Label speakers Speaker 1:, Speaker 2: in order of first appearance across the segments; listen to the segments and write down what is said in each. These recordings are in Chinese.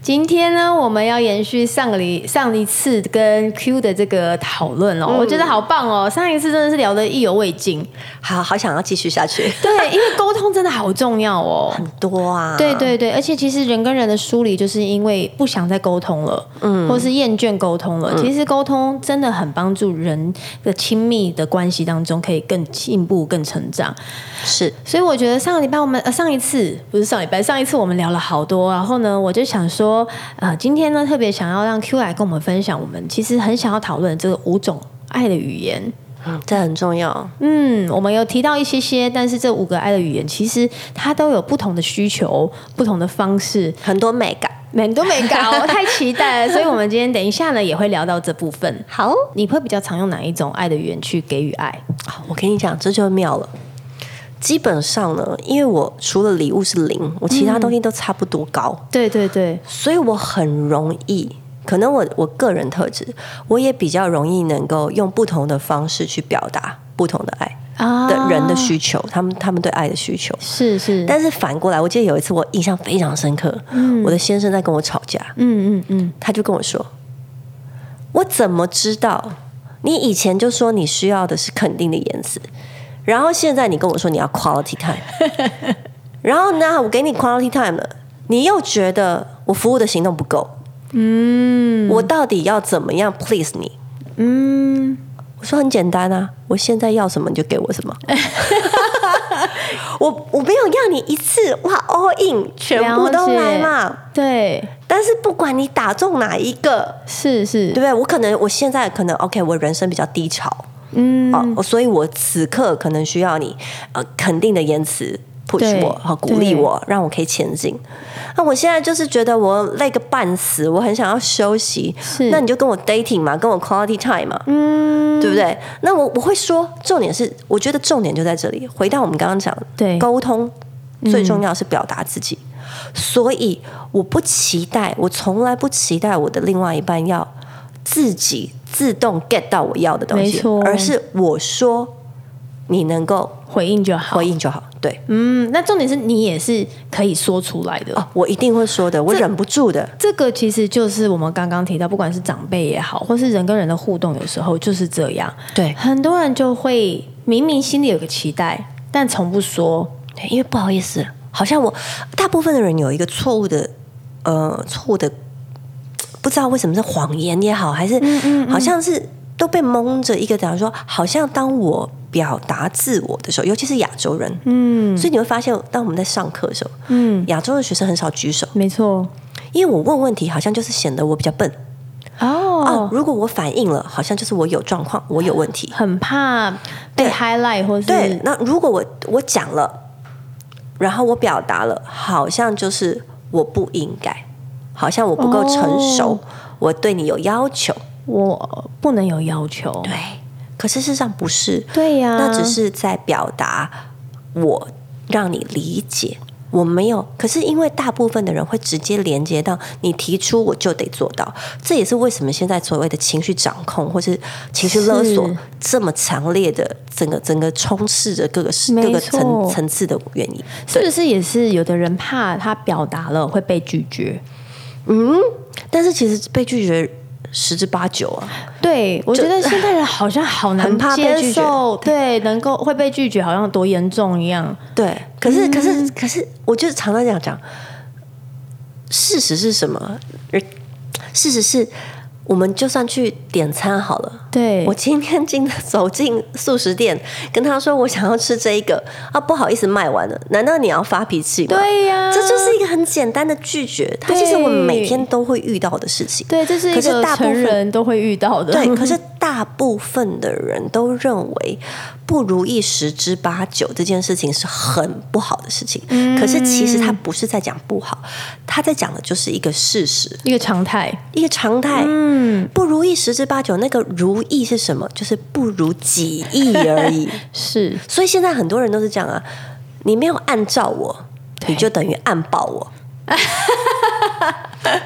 Speaker 1: 今天呢，我们要延续上个礼上一次跟 Q 的这个讨论哦，我觉得好棒哦，上一次真的是聊得意犹未尽。
Speaker 2: 好好想要继续下去，
Speaker 1: 对，因为沟通真的好重要哦。
Speaker 2: 很多啊，
Speaker 1: 对对对，而且其实人跟人的疏离，就是因为不想再沟通了，嗯，或是厌倦沟通了。其实沟通真的很帮助人的亲密的关系当中，可以更进步、更成长。
Speaker 2: 是
Speaker 1: 所以我觉得上个礼拜我们呃上一次不是上礼拜，上一次我们聊了好多，然后呢，我就想说，呃，今天呢特别想要让 Q 来跟我们分享，我们其实很想要讨论这个五种爱的语言。
Speaker 2: 嗯这很重要。
Speaker 1: 嗯，我们有提到一些些，但是这五个爱的语言其实它都有不同的需求、不同的方 式，
Speaker 2: 很多美感。
Speaker 1: 很多没搞，我太期待了。所以我们今天等一下呢也会聊到这部分。
Speaker 2: 好，
Speaker 1: 你会比较常用哪一种爱的语言去给予爱？
Speaker 2: 我跟你讲，这就妙了。基本上呢，因为我除了礼物是零，我其他东西都差不多高，
Speaker 1: 对对对，
Speaker 2: 所以我很容易，可能我我个人特质，我也比较容易能够用不同的方式去表达不同的爱
Speaker 1: 啊
Speaker 2: 的人的需求，他们他们对爱的需求。
Speaker 1: 是是，
Speaker 2: 但是反过来，我记得有一次我印象非常深刻，
Speaker 1: 嗯
Speaker 2: 我的先生在跟我吵架，
Speaker 1: 嗯嗯嗯，
Speaker 2: 他就跟我说：“我怎么知道？你以前就说你需要的是肯定的言辞，然后现在你跟我说你要 quality time，然后呢，我给你 quality time 了，你又觉得我服务的行动不够，嗯，我到底要怎么样 please 你？嗯，我说很简单啊，我现在要什么你就给我什么。”我我没有要你一次哇 all in 全部都来
Speaker 1: 了
Speaker 2: 嘛，
Speaker 1: 解，对，
Speaker 2: 但是不管你打中哪一个，
Speaker 1: 是是，
Speaker 2: 对不对？我可能我现在可能 OK，我人生比较低潮，
Speaker 1: 嗯，
Speaker 2: 哦，所以我此刻可能需要你呃肯定的言辞。push
Speaker 1: 对
Speaker 2: 我，好鼓励
Speaker 1: 对
Speaker 2: 我，让我可以前进。那我现在就是觉得我累个半死，我很想要休息。
Speaker 1: 是
Speaker 2: 那你就跟我 dating 嘛，跟我 quality time 嘛，
Speaker 1: 嗯，
Speaker 2: 对不对？那我我会说，重点是，我觉得重点就在这里。回到我们刚刚讲的，
Speaker 1: 对嗯
Speaker 2: 沟通最重要是表达自己，所以我不期待，我从来不期待我的另外一半要自己自动 get 到我要的东
Speaker 1: 没
Speaker 2: 西
Speaker 1: 错，
Speaker 2: 而是我说你能够
Speaker 1: 回应就好
Speaker 2: 回。应就好。对，
Speaker 1: 嗯，那重点是你也是可以说出来的。
Speaker 2: 哦，我一定会说的，我忍不住的。
Speaker 1: 这个其实就是我们刚刚提到，不管是长辈也好，或是人跟人的互动，有时候就是这样。
Speaker 2: 对
Speaker 1: 很多人就会明明心里有个期待，但从不说。
Speaker 2: 对，因为不好意思，好像我大部分的人有一个错误的，呃，错误的，不知道为什么是谎言也好，还是好像是都被蒙着一个讲说，好像当我表达自我的时候，尤其是亚洲人，嗯，所以你会发现，当我们在上课的时候，
Speaker 1: 嗯，
Speaker 2: 亚洲的学生很少举手，
Speaker 1: 没错。
Speaker 2: 因为我问问题好像就是显得我比较笨啊
Speaker 1: 哦，，
Speaker 2: 如果我反应了，好像就是我有状况，我有问题，
Speaker 1: 很怕被
Speaker 2: 对
Speaker 1: highlight 或是
Speaker 2: 对，那如果我我讲了，然后我表达了，好像就是我不应该，好像我不够成熟，
Speaker 1: 哦
Speaker 2: 我对你有要求，
Speaker 1: 我不能有要求。
Speaker 2: 对。可是事实上不是，
Speaker 1: 对呀、
Speaker 2: 那只是在表达我让你理解。我没有，可是因为大部分的人会直接连接到你提出我就得做到，这也是为什么现在所谓的情绪掌控或是情绪勒索
Speaker 1: 是
Speaker 2: 这么强烈的整个整个充斥着各个事
Speaker 1: 没
Speaker 2: 各个
Speaker 1: 错
Speaker 2: 层层次的原因。
Speaker 1: 是不是也是有的人怕他表达了会被拒绝？
Speaker 2: 但是其实被拒绝十之八九啊，
Speaker 1: 对，我觉得现代人好像好难
Speaker 2: 很怕被
Speaker 1: 接
Speaker 2: 拒绝
Speaker 1: 受，对，能够会被拒绝，好像多严重一样。
Speaker 2: 对。可是可
Speaker 1: 嗯
Speaker 2: 是可是，我就是常常这样讲，事实是什么？人事实是我们就算去点餐好了。
Speaker 1: 对，
Speaker 2: 我今天进走进素食店，跟他说我想要吃这一个啊，不好意思卖完了。难道你要发脾气吗？、
Speaker 1: 对呀、
Speaker 2: 这就是一个很简单的拒绝，它
Speaker 1: 对
Speaker 2: 其实我们每天都会遇到的事情。
Speaker 1: 对，这是一
Speaker 2: 可是
Speaker 1: 个
Speaker 2: 大部
Speaker 1: 成
Speaker 2: 分
Speaker 1: 人都会遇到的。
Speaker 2: 对，可是大部分的人都认为不如意十之八九这件事情是很不好的事情。
Speaker 1: 嗯
Speaker 2: 可是其实他不是在讲不好，他在讲的就是一个事实，
Speaker 1: 一个常态。
Speaker 2: 一个常态。
Speaker 1: 嗯，
Speaker 2: 不如意十之八九，那个如意是什么？就是不如己意 而已。
Speaker 1: 是
Speaker 2: 所以现在很多人都是这样啊，你没有按照我，
Speaker 1: 对
Speaker 2: 你就等于按爆 我。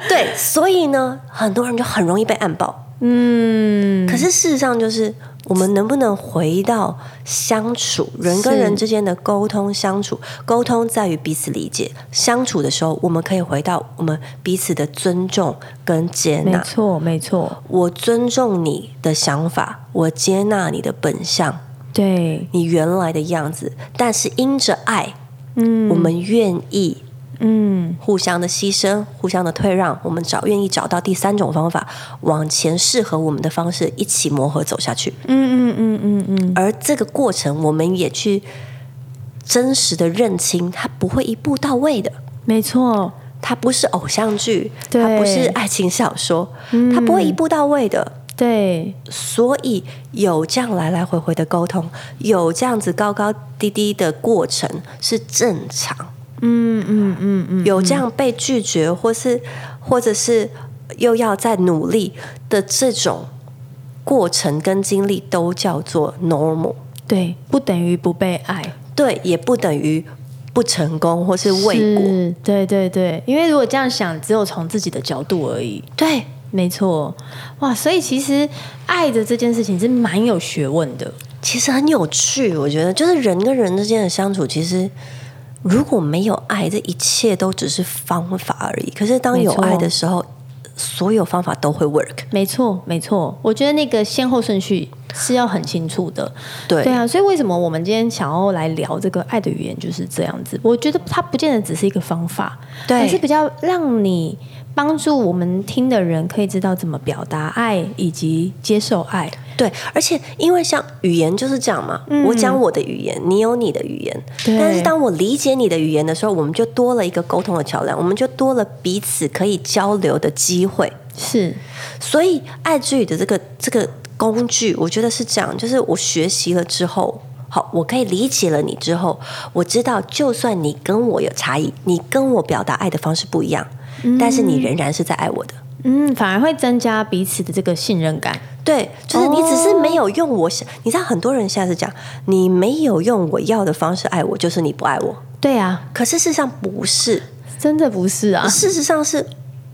Speaker 2: 对，所以呢，很多人就很容易被按爆。嗯，可是事实上就是，我们能不能回到相处人跟
Speaker 1: 是
Speaker 2: 人之间的沟通相处？沟通在于彼此理解，相处的时候，我们可以回到我们彼此的尊重跟接
Speaker 1: 没
Speaker 2: 纳。
Speaker 1: 错，没错，
Speaker 2: 我尊重你的想法，我接纳你的本相，
Speaker 1: 对，
Speaker 2: 你原来的样子，但是因着爱，
Speaker 1: 嗯
Speaker 2: 我们愿意
Speaker 1: 嗯，
Speaker 2: 互相的牺牲，互相的退让，我们找愿意找到第三种方法，往前适合我们的方式一起磨合走下去。
Speaker 1: 嗯嗯嗯嗯嗯，
Speaker 2: 而这个过程，我们也去真实的认清，它不会一步到位的。
Speaker 1: 没错，
Speaker 2: 它不是偶像剧，
Speaker 1: 对嗯
Speaker 2: 它不是爱情小说，它不会一步到位的。
Speaker 1: 对，
Speaker 2: 所以有这样来来回回的沟通，有这样子高高低低的过程是正常。
Speaker 1: 嗯嗯嗯嗯，
Speaker 2: 有这样被拒绝，或是或者是又要再努力的这种过程跟经历，都叫做 normal。
Speaker 1: 对，不等于不被爱。
Speaker 2: 对，也不等于不成功或是未果。
Speaker 1: 是，对对对，因为如果这样想，只有从自己的角度而已，
Speaker 2: 对，
Speaker 1: 没错，哇，所以其实爱的这件事情是蛮有学问的，
Speaker 2: 其实很有趣，我觉得就是人跟人之间的相处，其实如果没有爱，这一切都只是方法而已。可是当有
Speaker 1: 没错
Speaker 2: 爱的时候，所有方法都会 work。
Speaker 1: 没错没错，我觉得那个先后顺序是要很清楚的，
Speaker 2: 对，
Speaker 1: 对啊，所以为什么我们今天想要来聊这个爱的语言就是这样子？我觉得它不见得只是一个方法，
Speaker 2: 对
Speaker 1: 而是比较让你帮助我们听的人可以知道怎么表达爱以及接受爱，
Speaker 2: 对，而且因为像语言就是这样嘛，我讲我的语言，你有你的语言，
Speaker 1: 嗯对
Speaker 2: 但是当我理解你的语言的时候，我们就多了一个沟通的桥梁，我们就多了彼此可以交流的机会。
Speaker 1: 是
Speaker 2: 所以爱之语的这个这个工具，我觉得是这样，就是我学习了之后。好，我可以理解了你之后，我知道，就算你跟我有差异，你跟我表达爱的方式不一样，但是你仍然是在爱我的。
Speaker 1: 嗯，反而会增加彼此的这个信任感。
Speaker 2: 对，就是你只是没有用我想，你知道很多人现在是讲，你没有用我要的方式爱我，就是你不爱我。
Speaker 1: 对啊，
Speaker 2: 可是事实上不是，
Speaker 1: 真的不是啊，
Speaker 2: 事实上是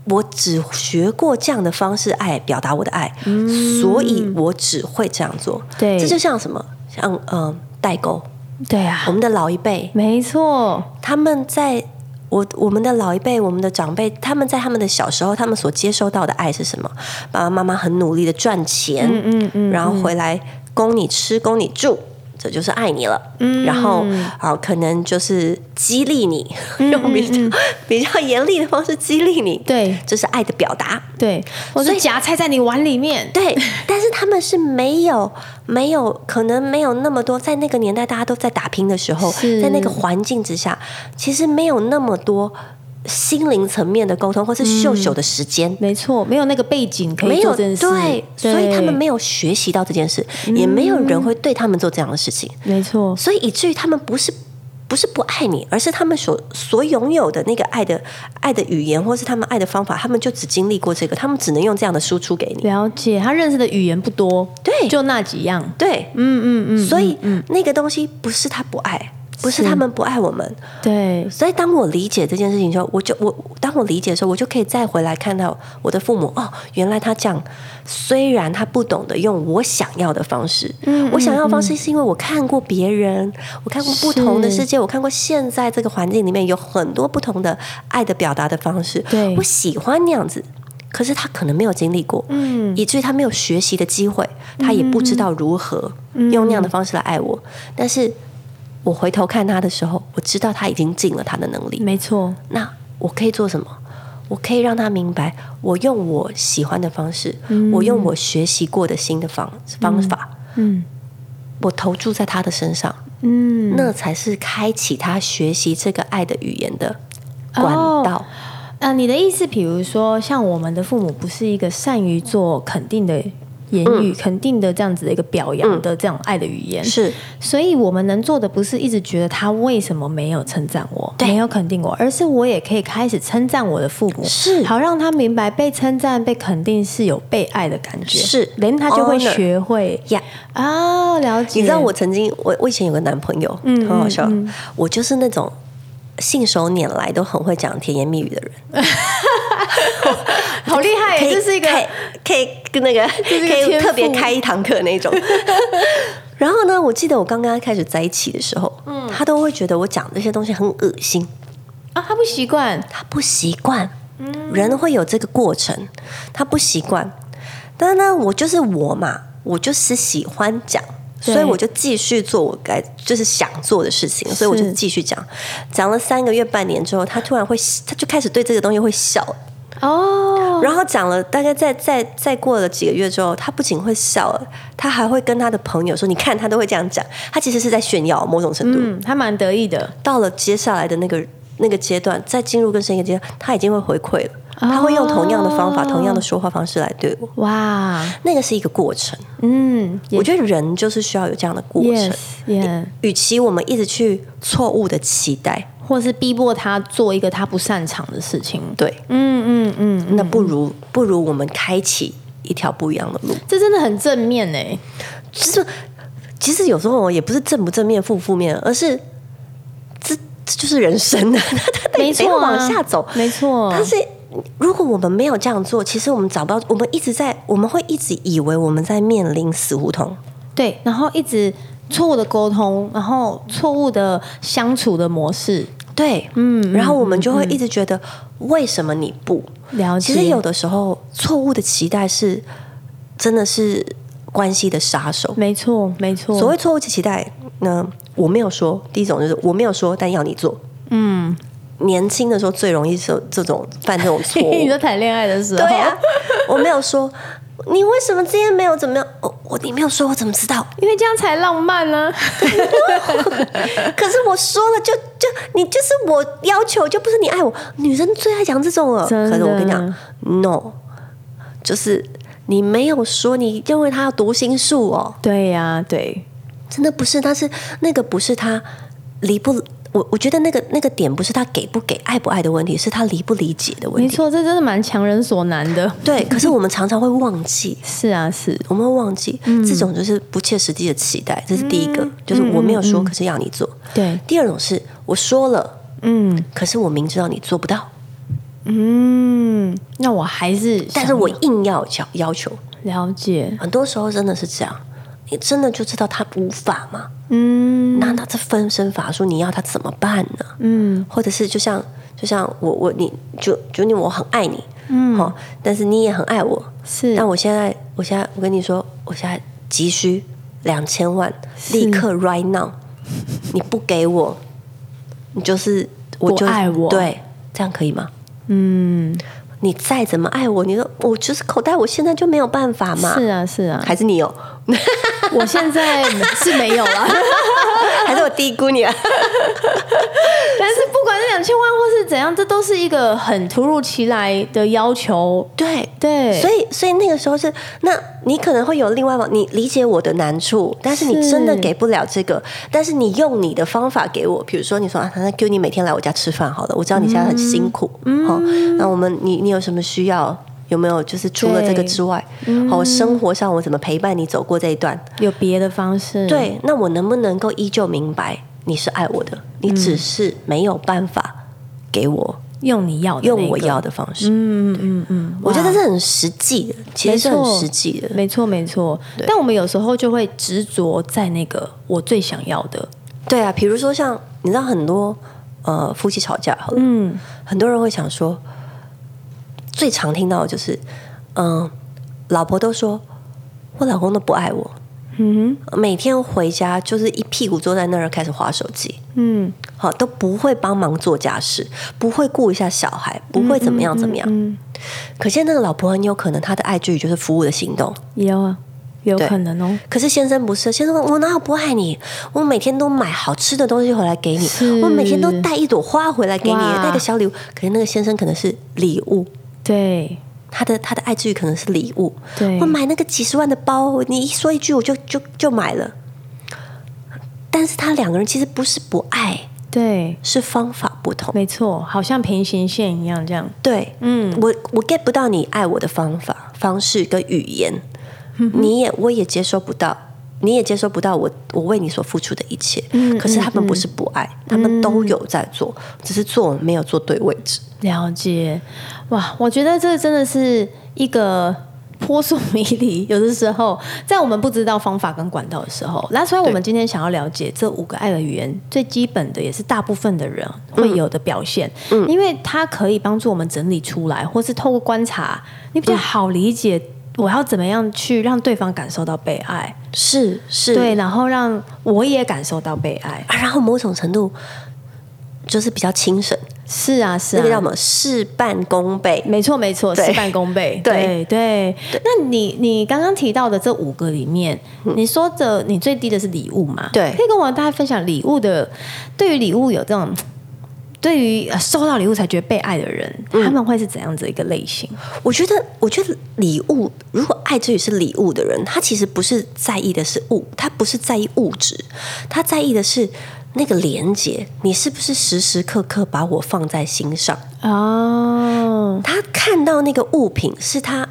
Speaker 2: 我只学过这样的方式爱表达我的爱，所以我只会这样做。
Speaker 1: 嗯对
Speaker 2: 这就像什么，像嗯、呃代沟，
Speaker 1: 对啊
Speaker 2: 我，们的老一辈
Speaker 1: 没错，
Speaker 2: 他们在。我我们的老一辈，我们的长辈，他们在他们的小时候，他们所接收到的爱是什么？爸爸妈妈很努力的赚钱，
Speaker 1: 嗯嗯，
Speaker 2: 然后回来供你吃，供你住，这就是爱你了。嗯，然后啊，可能就是激励你， 用比较、比较严厉的方式激励你。
Speaker 1: 嗯对
Speaker 2: 这是爱的表达。
Speaker 1: 对，我是夹菜在你碗里面，
Speaker 2: 对，但是他们是没有没有，可能没有那么多，在那个年代大家都在打拼的时候，
Speaker 1: 是
Speaker 2: 在那个环境之下，其实没有那么多心灵层面的沟通，或是秀秀的时间。
Speaker 1: 没错，没有那个背景嗯可
Speaker 2: 没
Speaker 1: 以
Speaker 2: 有
Speaker 1: 做这件事，嗯
Speaker 2: 对，所以他们没有学习到这件事，也没有人会对他们做这样的事情。
Speaker 1: 没错，
Speaker 2: 所以以至于他们不是不是不爱你，而是他们所所拥有的那个爱的爱的语言，或是他们爱的方法，他们就只经历过这个，他们只能用这样的输出给你。
Speaker 1: 了解，他认识的语言不多，
Speaker 2: 对
Speaker 1: 就那几样，
Speaker 2: 对，
Speaker 1: 嗯嗯嗯，
Speaker 2: 所以那个东西不是他不爱，不
Speaker 1: 是
Speaker 2: 是他们不爱我们。
Speaker 1: 对，
Speaker 2: 所以当我理解这件事情的时候，我就我当我理解的时候，我就可以再回来看到我的父母哦，原来他这样，虽然他不懂得用我想要的方式，
Speaker 1: 嗯
Speaker 2: 我想要的方式是因为我看过别人，我看过不同的
Speaker 1: 是
Speaker 2: 世界，我看过现在这个环境里面有很多不同的爱的表达的方式，
Speaker 1: 对
Speaker 2: 我喜欢那样子。可是他可能没有经历过，
Speaker 1: 嗯
Speaker 2: 以至于他没有学习的机会，他也不知道如何
Speaker 1: 嗯
Speaker 2: 用那样的方式来爱我。但是我回头看他的时候，我知道他已经尽了他的能力。
Speaker 1: 没错，
Speaker 2: 那我可以做什么？我可以让他明白，我用我喜欢的方式，我用我学习过的新的方方法，
Speaker 1: 嗯
Speaker 2: 我投注在他的身上，
Speaker 1: 嗯，
Speaker 2: 那才是开启他学习这个爱的语言的管
Speaker 1: 哦
Speaker 2: 道。
Speaker 1: 呃，你的意思，比如说像我们的父母不是一个善于做肯定的言语、肯定的这样子的一个表扬的这种爱的语言。
Speaker 2: 嗯是
Speaker 1: 所以我们能做的不是一直觉得他为什么没有称赞我，没有肯定我，而是我也可以开始称赞我的父母，
Speaker 2: 是
Speaker 1: 好让他明白被称赞、被肯定是有被爱的感觉，
Speaker 2: 是
Speaker 1: 连他就会
Speaker 2: Honor
Speaker 1: 学会
Speaker 2: 呀。
Speaker 1: 啊、了解。
Speaker 2: 你知道我曾经，我我以前有个男朋友，
Speaker 1: 嗯
Speaker 2: 很好笑，
Speaker 1: 嗯
Speaker 2: 我就是那种信手拈来都很会讲甜言蜜语的人，
Speaker 1: 好厉害
Speaker 2: 可
Speaker 1: 耶，
Speaker 2: 以
Speaker 1: 这是一个
Speaker 2: 可以可以 跟那个
Speaker 1: 是一个
Speaker 2: 可以
Speaker 1: 天赋
Speaker 2: 特别开一堂课 那种。然后呢，我记得我刚跟他开始在一起的时候，嗯，他都会觉得我讲这些东西很恶心，
Speaker 1: 啊，他不习惯，
Speaker 2: 他不习惯，
Speaker 1: 嗯
Speaker 2: 人会有这个过程，他不习惯。但呢，我就是我嘛，我就是喜欢讲，
Speaker 1: 对
Speaker 2: 所以我就继续做我该就是想做的事情，所以我就是继续讲。讲了三个月、半年之后，他突然会，他就开始对这个东西会笑。
Speaker 1: 哦，
Speaker 2: 然后讲了大概再再再过了几个月之后，他不仅会笑了，他还会跟他的朋友说：“你看，他都会这样讲，他其实是在炫耀某种程度。
Speaker 1: 嗯，他蛮得意的，
Speaker 2: 到了接下来的那个那个阶段，再进入更深一个阶段，他已经会回馈了，他会用同样的方法、
Speaker 1: 哦
Speaker 2: 同样的说话方式来对我。
Speaker 1: 哇，
Speaker 2: 那个是一个过程，
Speaker 1: 嗯，
Speaker 2: 我觉得人就是需要有这样的过程。
Speaker 1: yes yeah，
Speaker 2: 与其我们一直去错误的期待，
Speaker 1: 或是逼迫他做一个他不擅长的事情，
Speaker 2: 对，
Speaker 1: 嗯嗯嗯，
Speaker 2: 那不如不如我们开启一条不一样的路。
Speaker 1: 这真的很正面哎，
Speaker 2: 其实，其实有时候也不是正不正面、负不负面，而是这这就是人生啊， 它
Speaker 1: 没
Speaker 2: 得
Speaker 1: 错、啊，
Speaker 2: 往下走。
Speaker 1: 没错，啊
Speaker 2: 但是如果我们没有这样做，其实我们找不到，我们一直在，我们会一直以为我们在面临死胡同。
Speaker 1: 对，然后一直错误的沟通，然后错误的相处的模式，
Speaker 2: 对，嗯，然后我们就会一直觉得，为什么你不？
Speaker 1: 了解。
Speaker 2: 嗯其实有的时候，错误的期待是真的是关系的杀手。
Speaker 1: 没错，没错，
Speaker 2: 所谓错误的期待呢，我没有说，第一种就是我没有说，但要你做。
Speaker 1: 嗯，
Speaker 2: 年轻的时候最容易受这种犯这种错 误。
Speaker 1: 你在谈恋爱的时候，
Speaker 2: 对啊， 我没有说，你为什么今天没有怎么样？哦，我你没有说，我怎么知道？
Speaker 1: 因为这样才浪漫啊 呢、
Speaker 2: 可是我说了就，就你就是我要求，就不是你爱我。女生最爱讲这种了。
Speaker 1: 真的
Speaker 2: 可是我跟你讲，no，就是你没有说，你认为他有读心术哦，
Speaker 1: 对呀、对，
Speaker 2: 真的不是，但是那个不是他离不。我我觉得那个那个点不是他给不给爱不爱的问题，是他理不理解的问
Speaker 1: 没
Speaker 2: 题。
Speaker 1: 错，这真的蛮强人所难的。
Speaker 2: 对，可是我们常常会忘记，
Speaker 1: 是啊，是，
Speaker 2: 我们会忘记、
Speaker 1: 嗯
Speaker 2: 这种就是不切实际的期待，这是第一个，就是我没有说，可是要你做。
Speaker 1: 嗯对，
Speaker 2: 第二种是我说了，
Speaker 1: 嗯
Speaker 2: 可是我明知道你做不到，
Speaker 1: 嗯，那我还是，
Speaker 2: 但是我硬要要要求，
Speaker 1: 了解，
Speaker 2: 很多时候真的是这样。你真的就知道他无法吗？
Speaker 1: 嗯
Speaker 2: 那他这分身乏术，你要他怎么办呢？
Speaker 1: 嗯，
Speaker 2: 或者是就像就像我我你就就你我很爱你，嗯，好，但是你也很爱我，
Speaker 1: 是
Speaker 2: 但我现在我现在我跟你说，我现在急需两千万，立刻 right now，你 不给我，你就是我就
Speaker 1: 不爱我
Speaker 2: 对，这样可以吗？
Speaker 1: 嗯，
Speaker 2: 你再怎么爱我，你说我就是口袋，我现在就没有办法嘛？
Speaker 1: 是啊，是啊，
Speaker 2: 还是你有？
Speaker 1: 我现在是没有了。
Speaker 2: 还是我低估 你啊？
Speaker 1: 但是不管是两千万或是怎样，这都是一个很突如其来的要求。
Speaker 2: 对。
Speaker 1: 对，
Speaker 2: 所
Speaker 1: 以
Speaker 2: 以，所以那个时候是，那你可能会有另外一方，你理解我的难处，但是你
Speaker 1: 是
Speaker 2: 真的给不了这个，但是你用你的方法给我，比如说你说啊，那 Q 你每天来我家吃饭好了，我知道你现在很辛苦，
Speaker 1: 嗯
Speaker 2: 好、那我们你你有什么需要？有没有就是除了这个
Speaker 1: 对
Speaker 2: 之外，
Speaker 1: 嗯
Speaker 2: 好、我生活上我怎么陪伴你走过这一段？
Speaker 1: 有别的方式。，
Speaker 2: 对，那我能不能够依旧明白你是爱我的，你只是没有办法给我
Speaker 1: 用你要的、
Speaker 2: 用我。要的方式。
Speaker 1: 嗯嗯嗯，
Speaker 2: 我觉得
Speaker 1: 哇
Speaker 2: 这是很实际的，其实是
Speaker 1: 没
Speaker 2: 很
Speaker 1: 错
Speaker 2: 实际的。
Speaker 1: 没错没错。但我们有时候就会执着在那个我最想要的。
Speaker 2: 对啊，比如说像你知道很多呃夫妻吵架好了，
Speaker 1: 嗯，
Speaker 2: 很多人会想说，最常听到的就是嗯、老婆都说我老公都不爱我，
Speaker 1: 嗯
Speaker 2: 每天回家就是一屁股坐在那儿开始划手机。
Speaker 1: 嗯
Speaker 2: 好，都不会帮忙做家事，不会顾一下小孩，不会怎么样怎么样。
Speaker 1: 嗯，
Speaker 2: 可见那个老婆很有可能她的爱之语就是服务的行动，
Speaker 1: 有啊，有
Speaker 2: 对
Speaker 1: 可能哦。
Speaker 2: 可是先生不是，先生说我哪有不爱你？我每天都买好吃的东西回来给你
Speaker 1: 是，
Speaker 2: 我每天都带一朵花回来给你，
Speaker 1: 哇
Speaker 2: 带个小礼物。可是那个先生可能是礼物，
Speaker 1: 对，
Speaker 2: 他的他的爱之语可能是礼物，
Speaker 1: 对
Speaker 2: 我买那个几十万的包，你一说一句我就就就买了。但是他两个人其实不是不爱，
Speaker 1: 对，
Speaker 2: 是方法不同。
Speaker 1: 没错，好像平行线一样这样。
Speaker 2: 对，嗯，我我 get 不到你爱我的方法、方式跟语言，你也我也接收不到，你也接收不到我我为你所付出的一切。可是他们不是不爱，他们都有在做，只是做没有做对位置。
Speaker 1: 了解，哇，我觉得这真的是一个扑朔迷离。有的时候， 在我们不知道方法跟管道的时候，那所以我们今天想要了解这五个爱的语言最基本的，也是大部分的人会有的表现，
Speaker 2: 嗯
Speaker 1: 因为它可以帮助我们整理出来，或是透过观察，你比较好理解我要怎么样去让对方感受到被爱，
Speaker 2: 是是，
Speaker 1: 对，然后让我也感受到被爱。
Speaker 2: 啊。然后某种程度就是比较精神，
Speaker 1: 是啊，是啊，
Speaker 2: 那个叫什么？事半功倍。
Speaker 1: 没错，没错，
Speaker 2: 对
Speaker 1: 事半功倍。
Speaker 2: 对嗯
Speaker 1: 对对，那你你刚刚提到的这五个里面，你说的你最低的是礼物嘛？
Speaker 2: 对
Speaker 1: 可以跟我大家分享礼物的，对于礼物有这种，对于呃收到礼物才觉得被爱的人，
Speaker 2: 嗯
Speaker 1: 他们会是怎样子一个类型？
Speaker 2: 我觉得，我觉得礼物，如果爱之语是礼物的人，他其实不是在意的是物，他不是在意物质，他在意的是那个连接，你是不是时时刻刻把我放在心上？
Speaker 1: 哦，
Speaker 2: 他看到那个物品是他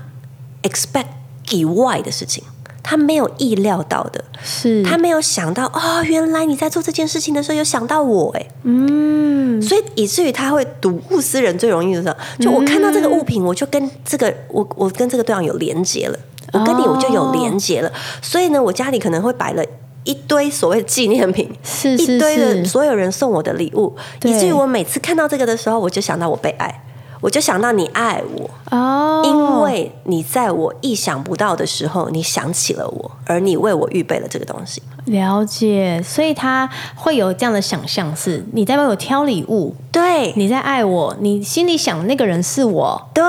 Speaker 2: expect 以外的事情，他没有意料到的，
Speaker 1: 是
Speaker 2: 他没有想到哦，原来你在做这件事情的时候有想到我哎，嗯，所以以至于他会睹物思人，最容易就是这样，就我看到
Speaker 1: 嗯
Speaker 2: 这个物品，我就跟这个我我跟这个对象有连接了，我跟你
Speaker 1: 哦
Speaker 2: 我就有连接了，所以呢，我家里可能会摆了。一堆所谓的纪念品，
Speaker 1: 是
Speaker 2: 一
Speaker 1: 是
Speaker 2: 堆的
Speaker 1: 是，
Speaker 2: 所有人送我的礼物，
Speaker 1: 对
Speaker 2: 以至于我每次看到这个的时候，我就想到我被爱，我就想到你爱我，
Speaker 1: 哦，
Speaker 2: 因为你在我意想不到的时候，你想起了我，而你为我预备了这个东西。
Speaker 1: 了解，所以他会有这样的想象是，你在为我挑礼物，
Speaker 2: 对，
Speaker 1: 你在爱我，你心里想的那个人是我，
Speaker 2: 对，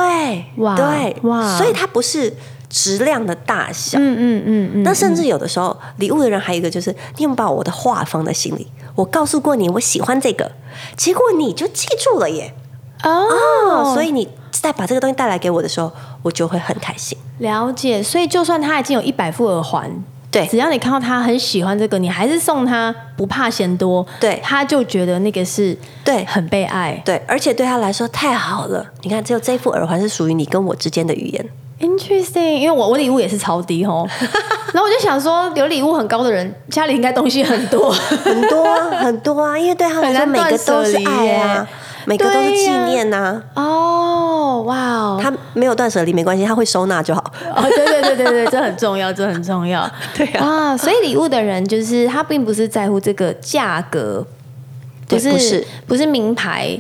Speaker 1: 哇
Speaker 2: 对，
Speaker 1: 哇
Speaker 2: 所以它不是质量的大小。
Speaker 1: 嗯嗯嗯嗯，
Speaker 2: 那甚至有的时候，礼物的人还有一个就是，你有没有把我的话放在心里？我告诉过你我喜欢这个，结果你就记住了耶。
Speaker 1: 哦，
Speaker 2: 所以你再把这个东西带来给我的时候，我就会很开心。
Speaker 1: 了解。所以就算他已经有一百副耳环，
Speaker 2: 对
Speaker 1: 只要你看到他很喜欢这个，你还是送他，不怕嫌多，
Speaker 2: 对
Speaker 1: 他就觉得那个是
Speaker 2: 对
Speaker 1: 很被爱。
Speaker 2: 对，而且对他来说太好了。你看，只有这副耳环是属于你跟我之间的语言。
Speaker 1: Interesting，因为我我礼物也是超低 哦，然后我就想说，有礼物很高的人家里应该东西很 多，
Speaker 2: 很多啊，很多啊，因为对他来说
Speaker 1: 很难
Speaker 2: 每
Speaker 1: 断
Speaker 2: 个都
Speaker 1: 舍
Speaker 2: 是
Speaker 1: 离
Speaker 2: 爱啊
Speaker 1: 耶，
Speaker 2: 每个都是纪
Speaker 1: 对呀
Speaker 2: 念呐、
Speaker 1: 哦，哇哦
Speaker 2: 啊。，他没有断舍离没关系，他会收纳就好。
Speaker 1: 哦，对对对对对，这很重要，这很重要。
Speaker 2: 对
Speaker 1: 啊，所以礼物的人就是他并不是在乎这个价格，
Speaker 2: 对
Speaker 1: 是
Speaker 2: 不
Speaker 1: 不
Speaker 2: 是
Speaker 1: 名牌，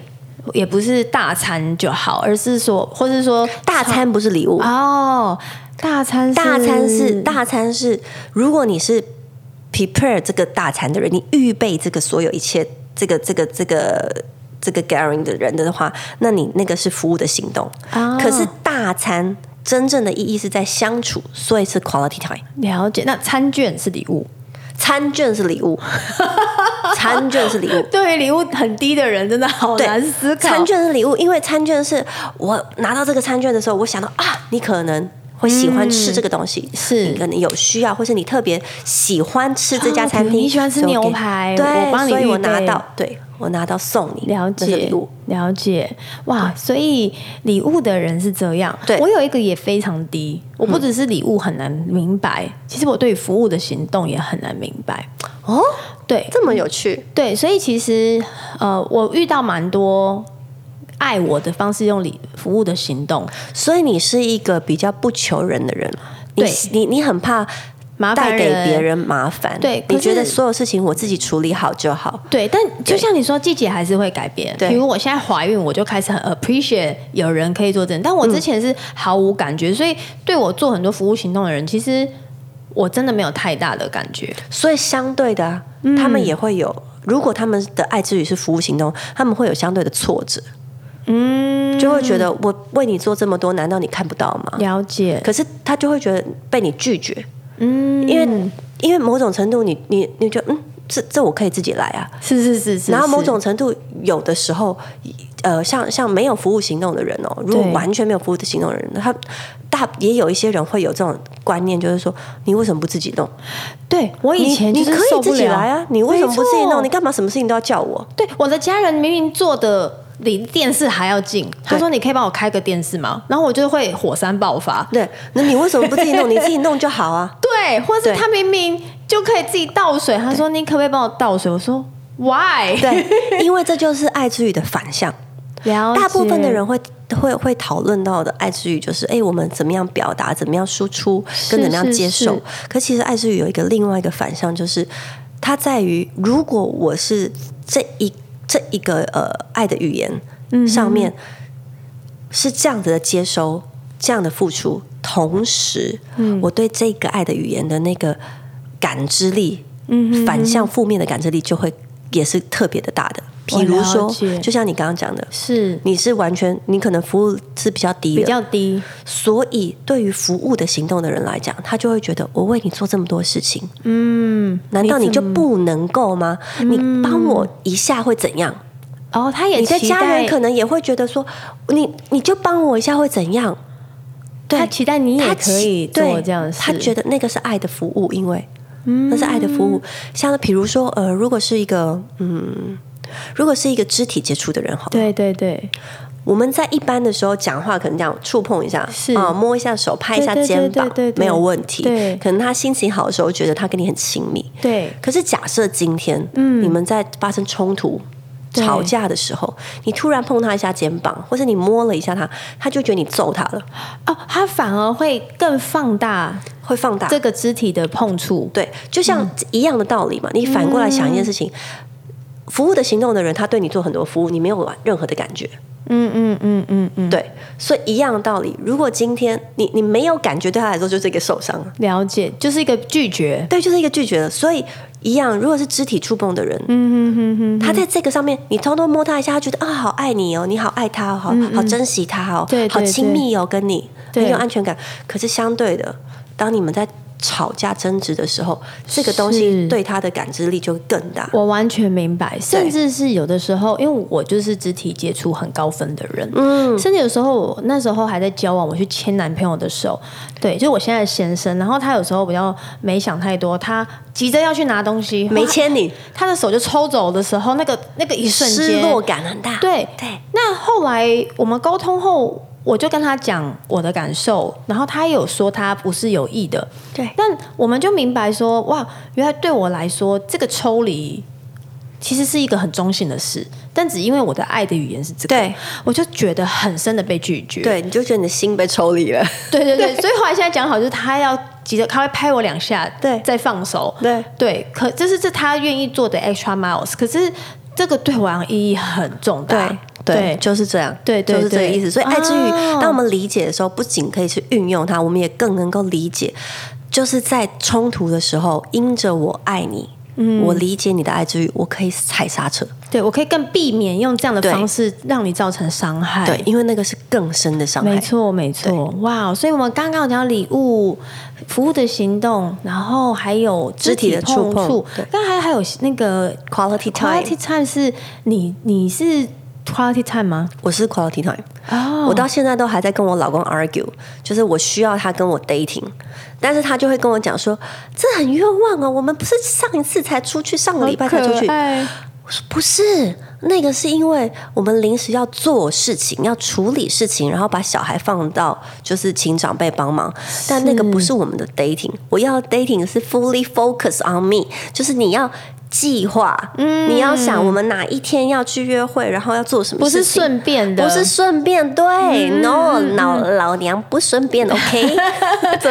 Speaker 1: 也不是大餐就好，而是说，或是说
Speaker 2: 大餐不是礼物，
Speaker 1: 哦，大餐是
Speaker 2: 大餐是大餐是，如果你是 prepare 这个大餐的人，你预备这个所有一切，这个这个这个这个 gathering 的人的话，那你那个是服务的行动。
Speaker 1: 哦
Speaker 2: 可是大餐真正的意义是在相处，所以是 quality time。
Speaker 1: 了解，那餐券是礼物。
Speaker 2: 餐券是礼物，餐券是礼物。
Speaker 1: 对于礼物很低的人，真的好
Speaker 2: 对
Speaker 1: 难思考。
Speaker 2: 餐券是礼物，因为餐券是我拿到这个餐券的时候，我想到啊，你可能会喜欢吃这个东西，
Speaker 1: 嗯是
Speaker 2: 你可能有需要，或是你特别喜欢吃这家餐厅，
Speaker 1: 哦你喜欢吃
Speaker 2: 所以我给
Speaker 1: 牛排
Speaker 2: 对，
Speaker 1: 我帮你
Speaker 2: 所以
Speaker 1: 预
Speaker 2: 我
Speaker 1: 备
Speaker 2: 拿到，对我拿到送你，
Speaker 1: 了解
Speaker 2: 那是礼物，
Speaker 1: 了解，哇！所以礼物的人是这样。
Speaker 2: 对
Speaker 1: 我有一个也非常低，我不只是礼物很难明白，
Speaker 2: 嗯
Speaker 1: 其实我对服务的行动也很难明白。
Speaker 2: 哦，
Speaker 1: 对
Speaker 2: 这么有趣，
Speaker 1: 对，所以其实呃，我遇到蛮多爱我的方式，用礼服务的行动，
Speaker 2: 所以你是一个比较不求人的人，你
Speaker 1: 对
Speaker 2: 你你很怕。
Speaker 1: 麻烦
Speaker 2: 带给别
Speaker 1: 人。
Speaker 2: 人麻烦，
Speaker 1: 对
Speaker 2: 你
Speaker 1: 可是
Speaker 2: 觉得所有事情我自己处理好就好，
Speaker 1: 对，但就像你说，季节还是会改变。
Speaker 2: 对
Speaker 1: 比如我现在怀孕，我就开始很 appreciate 有人可以做这件，但
Speaker 2: 嗯
Speaker 1: 我之前是毫无感觉，所以对我做很多服务行动的人，其实我真的没有太大的感觉。
Speaker 2: 所以相对的、啊，
Speaker 1: 嗯
Speaker 2: 他们也会有。如果他们的爱之语是服务行动，他们会有相对的挫折，嗯，就会觉得我为你做这么多，难道你看不到吗？
Speaker 1: 了解，
Speaker 2: 可是他就会觉得被你拒绝，嗯，因为因为某种程度你，你你就嗯，这这我可以自己来啊。
Speaker 1: 是是是是，
Speaker 2: 然后某
Speaker 1: 是
Speaker 2: 种程度，有的时候，呃，像像没有服务行动的人哦，如果
Speaker 1: 对
Speaker 2: 完全没有服务行动的人，他大也有一些人会有这种观念，就是说你为什么不自己弄？
Speaker 1: 对我以前
Speaker 2: 你
Speaker 1: 就
Speaker 2: 你
Speaker 1: 是
Speaker 2: 可
Speaker 1: 受
Speaker 2: 以
Speaker 1: 不
Speaker 2: 自己
Speaker 1: 了
Speaker 2: 来啊，你为什么不自己
Speaker 1: 没错
Speaker 2: 弄？你干嘛什么事情都要叫我？
Speaker 1: 对，我的家人明明坐的离电视还要近，他说你可以帮我开个电视吗？然后我就会火山爆发。
Speaker 2: 对，那你为什么不自己弄？你自己弄就好啊。
Speaker 1: 对，或是
Speaker 2: 对
Speaker 1: 他明明就可以自己倒水，他说你可不可以帮我倒水？我说 Why？，
Speaker 2: 对，因为这就是爱之语的反向。
Speaker 1: 了解
Speaker 2: 大部分的人会会会讨论到的爱之语就是，哎、我们怎么样表达，怎么样输出，跟
Speaker 1: 是
Speaker 2: 怎么样
Speaker 1: 是
Speaker 2: 接受。
Speaker 1: 是
Speaker 2: 可其实爱之语有一个另外一个反向，就是它在于，如果我是这一这一个呃爱的语
Speaker 1: 嗯
Speaker 2: 言上面、是这样子的接收，这样的付出，同时，
Speaker 1: 嗯
Speaker 2: 我对这个爱的语言的那个感知力，
Speaker 1: 嗯
Speaker 2: 反向负面的感知力就会也是特别的大的。比
Speaker 1: 我
Speaker 2: 如
Speaker 1: 了
Speaker 2: 说
Speaker 1: 解，
Speaker 2: 就像你刚刚讲的，
Speaker 1: 是
Speaker 2: 你是完全，你可能服务是比较低的，
Speaker 1: 比较低，
Speaker 2: 所以对于服务的行动的人来讲，他就会觉得我为你做这么多事情，嗯，难道你就不能够吗？你帮我一下会怎样？
Speaker 1: 嗯然哦后他也
Speaker 2: 你的
Speaker 1: 期
Speaker 2: 家人
Speaker 1: 待，
Speaker 2: 可能也会觉得说，你你就帮我一下会怎样？
Speaker 1: 他期待你也可以
Speaker 2: 其对
Speaker 1: 做这样的事，嗯
Speaker 2: 他觉得那个是爱的服务，因为那是爱的服务。像比如说，呃，如果是一个嗯，如果是一个肢体接触的人，好了，
Speaker 1: 对对对，
Speaker 2: 我们在一般的时候讲话，可能这样触碰一下，
Speaker 1: 是
Speaker 2: 啊、摸一下手，拍一下
Speaker 1: 对对
Speaker 2: 肩膀，
Speaker 1: 对对对对
Speaker 2: 没有问题。
Speaker 1: 对
Speaker 2: 可能他心情好的时候，觉得他跟你很亲密。
Speaker 1: 对嗯
Speaker 2: 可是假设今天，你们在发生冲突、
Speaker 1: 对
Speaker 2: 吵架的时候，你突然碰他一下肩膀，或是你摸了一下他，他就觉得你揍他了，
Speaker 1: 哦，他反而会更放大
Speaker 2: 会放大。
Speaker 1: 这嗯个肢体的碰触，
Speaker 2: 对，就像一样的道理嘛。你反过来想一件事情，
Speaker 1: 嗯
Speaker 2: 服务的行动的人，他对你做很多服务，你没有任何的感觉。
Speaker 1: 嗯嗯嗯嗯嗯，
Speaker 2: 对，所以一样的道理，如果今天你你没有感觉，对他来说就是一个受伤了，
Speaker 1: 了解，就是一个拒绝，
Speaker 2: 对，就是一个拒绝了。所以一样，如果是肢体触碰的人，
Speaker 1: 嗯哼哼哼，
Speaker 2: 他在这个上面，你偷偷摸他一下，他觉得啊、好爱你哦，你好爱他哦，好好珍惜他哦，
Speaker 1: 嗯对对
Speaker 2: 好亲密哦，跟你
Speaker 1: 对
Speaker 2: 很有安全感。可是相对的，当你们在吵架争执的时候，这个东西
Speaker 1: 是
Speaker 2: 对他的感知力就更大。
Speaker 1: 我完全明白，甚至是有的时候，因为我就是肢体接触很高分的人，嗯，甚至有时候我那时候还在交往，我去牵男朋友的手，对，就是我现在的先生，然后他有时候比较没想太多，他急着要去拿东西，
Speaker 2: 没
Speaker 1: 牵
Speaker 2: 牵你，
Speaker 1: 他的手就抽走的时候，那个那个一瞬
Speaker 2: 失
Speaker 1: 间，
Speaker 2: 落感很大。
Speaker 1: 对
Speaker 2: 对，
Speaker 1: 那后来我们沟通后，我就跟他讲我的感受，然后他也有说他不是有意的，
Speaker 2: 对
Speaker 1: 但我们就明白说，哇，原来对我来说，这个抽离其实是一个很中性的事，但只因为我的爱的语言是这个，
Speaker 2: 对
Speaker 1: 我就觉得很深的被拒绝，
Speaker 2: 对，你就觉得你的心被抽离了。
Speaker 1: 对对对，所以后来现在讲好，就是他要急着，他会拍我两下，
Speaker 2: 对
Speaker 1: 再放手，
Speaker 2: 对
Speaker 1: 对，可这是这他愿意做的 extra miles，可是这个对我来讲意义很重大，
Speaker 2: 对，就是这样，
Speaker 1: 对对
Speaker 2: 就是这个
Speaker 1: 对
Speaker 2: 意思。所以爱之语，
Speaker 1: 哦
Speaker 2: 当我们理解的时候，不仅可以去运用它，我们也更能够理解，就是在冲突的时候，因着我爱你，
Speaker 1: 嗯
Speaker 2: 我理解你的爱之语，我可以踩刹车。
Speaker 1: 对，我可以更避免用这样的
Speaker 2: 对
Speaker 1: 方式让你造成伤害。
Speaker 2: 对，，因为那个是更深的伤害。
Speaker 1: 没错，没错。哇，所以我们刚刚有讲到礼物、服务的行动，然后还有肢
Speaker 2: 肢体的触
Speaker 1: 碰
Speaker 2: 碰
Speaker 1: 触
Speaker 2: 对，
Speaker 1: 刚才还有那个
Speaker 2: Quality
Speaker 1: quality
Speaker 2: time，
Speaker 1: time 是你你是 quality time 吗？
Speaker 2: 我是 quality time。
Speaker 1: 哦
Speaker 2: 我到现在都还在跟我老公 argue，就是我需要他跟我 dating，但是他就会跟我讲说，这很冤枉哦，我们不是上一次才出去，上个礼拜才出去，我说不是，那个是因为我们临时要做事情，要处理事情，然后把小孩放到就是请长辈帮忙，但那个不是我们的 dating。我要 dating 是 fully focus on me，就是你要。计划，你要想我们哪一天要去约会，然后要做什么
Speaker 1: 嗯不
Speaker 2: 事
Speaker 1: 是
Speaker 2: 情，
Speaker 1: 顺便的，嗯
Speaker 2: 不是顺便，对、n o 老老娘不顺便，OK？怎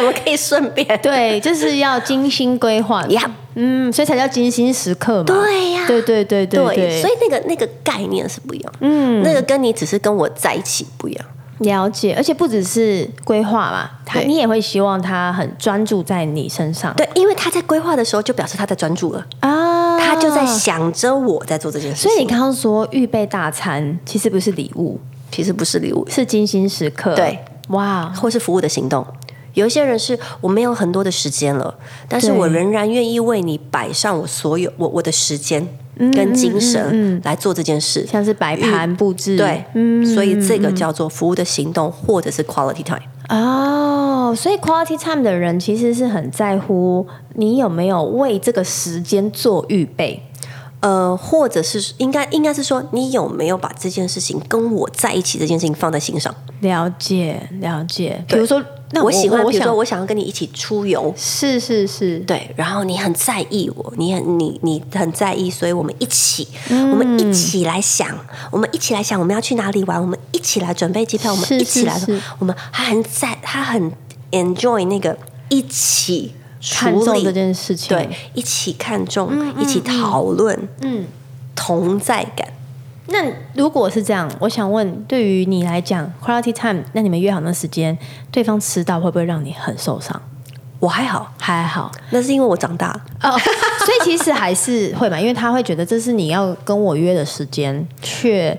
Speaker 2: 么可以顺便？
Speaker 1: 对，就是要精心规划。
Speaker 2: 呀
Speaker 1: 嗯，所以才叫精心时刻嘛。
Speaker 2: 对呀
Speaker 1: 对对对对
Speaker 2: 所以那个那个概念是不一样，嗯，那个跟你只是跟我在一起不一样，
Speaker 1: 了解，而且不只是规划嘛，他
Speaker 2: 对
Speaker 1: 你也会希望他很专注在你身上，
Speaker 2: 对，因为他在规划的时候就表示他在专注了，
Speaker 1: 啊，
Speaker 2: 他就在。想着我在做这件事情，
Speaker 1: 所以你刚刚说预备大餐其实不是礼物，
Speaker 2: 其实不是礼物，
Speaker 1: 是精心时刻。
Speaker 2: 对，
Speaker 1: 哇，
Speaker 2: 或是服务的行动，有一些人是我没有很多的时间了，但是
Speaker 1: 对
Speaker 2: 我仍然愿意为你摆上我所有我我的时间
Speaker 1: 嗯
Speaker 2: 跟精神来做这件事。
Speaker 1: 像嗯是摆盘布置，
Speaker 2: 对，
Speaker 1: 嗯，
Speaker 2: 所以这个叫做服务的行动，或者是 quality time。
Speaker 1: 哦，所以 quality time 的人其实是很在乎你有没有为这个时间做预备。
Speaker 2: 呃，或者是应该应该是说，你有没有把这件事情跟我在一起这件事情放在心上？
Speaker 1: 了解，了解。比如说，那
Speaker 2: 我喜欢，
Speaker 1: 我
Speaker 2: 比如说
Speaker 1: 想
Speaker 2: 我想要跟你一起出游，
Speaker 1: 是是是，
Speaker 2: 对，然后你很在意我，你很你你很在意，所以我们一起，
Speaker 1: 嗯
Speaker 2: 我们一起来想，我们一起来想我们要去哪里玩，我们一起来准备机票，我
Speaker 1: 是
Speaker 2: 们一起来，
Speaker 1: 是是
Speaker 2: 我们他很在，他很 enjoy 那个一起
Speaker 1: 看
Speaker 2: 处
Speaker 1: 重这嗯
Speaker 2: 理，
Speaker 1: 件事情，
Speaker 2: 对，一起看重，一起讨论，
Speaker 1: 嗯。
Speaker 2: 同在感。
Speaker 1: 那如果是这样，我想问，对于你来讲，quality time，那你们约好那时间，对方迟到会不会让你很受伤？
Speaker 2: 我还好，
Speaker 1: 还好
Speaker 2: 那是因为我长大了。
Speaker 1: 哦，所以其实还是会嘛，因为他会觉得这是你要跟我约的时间，却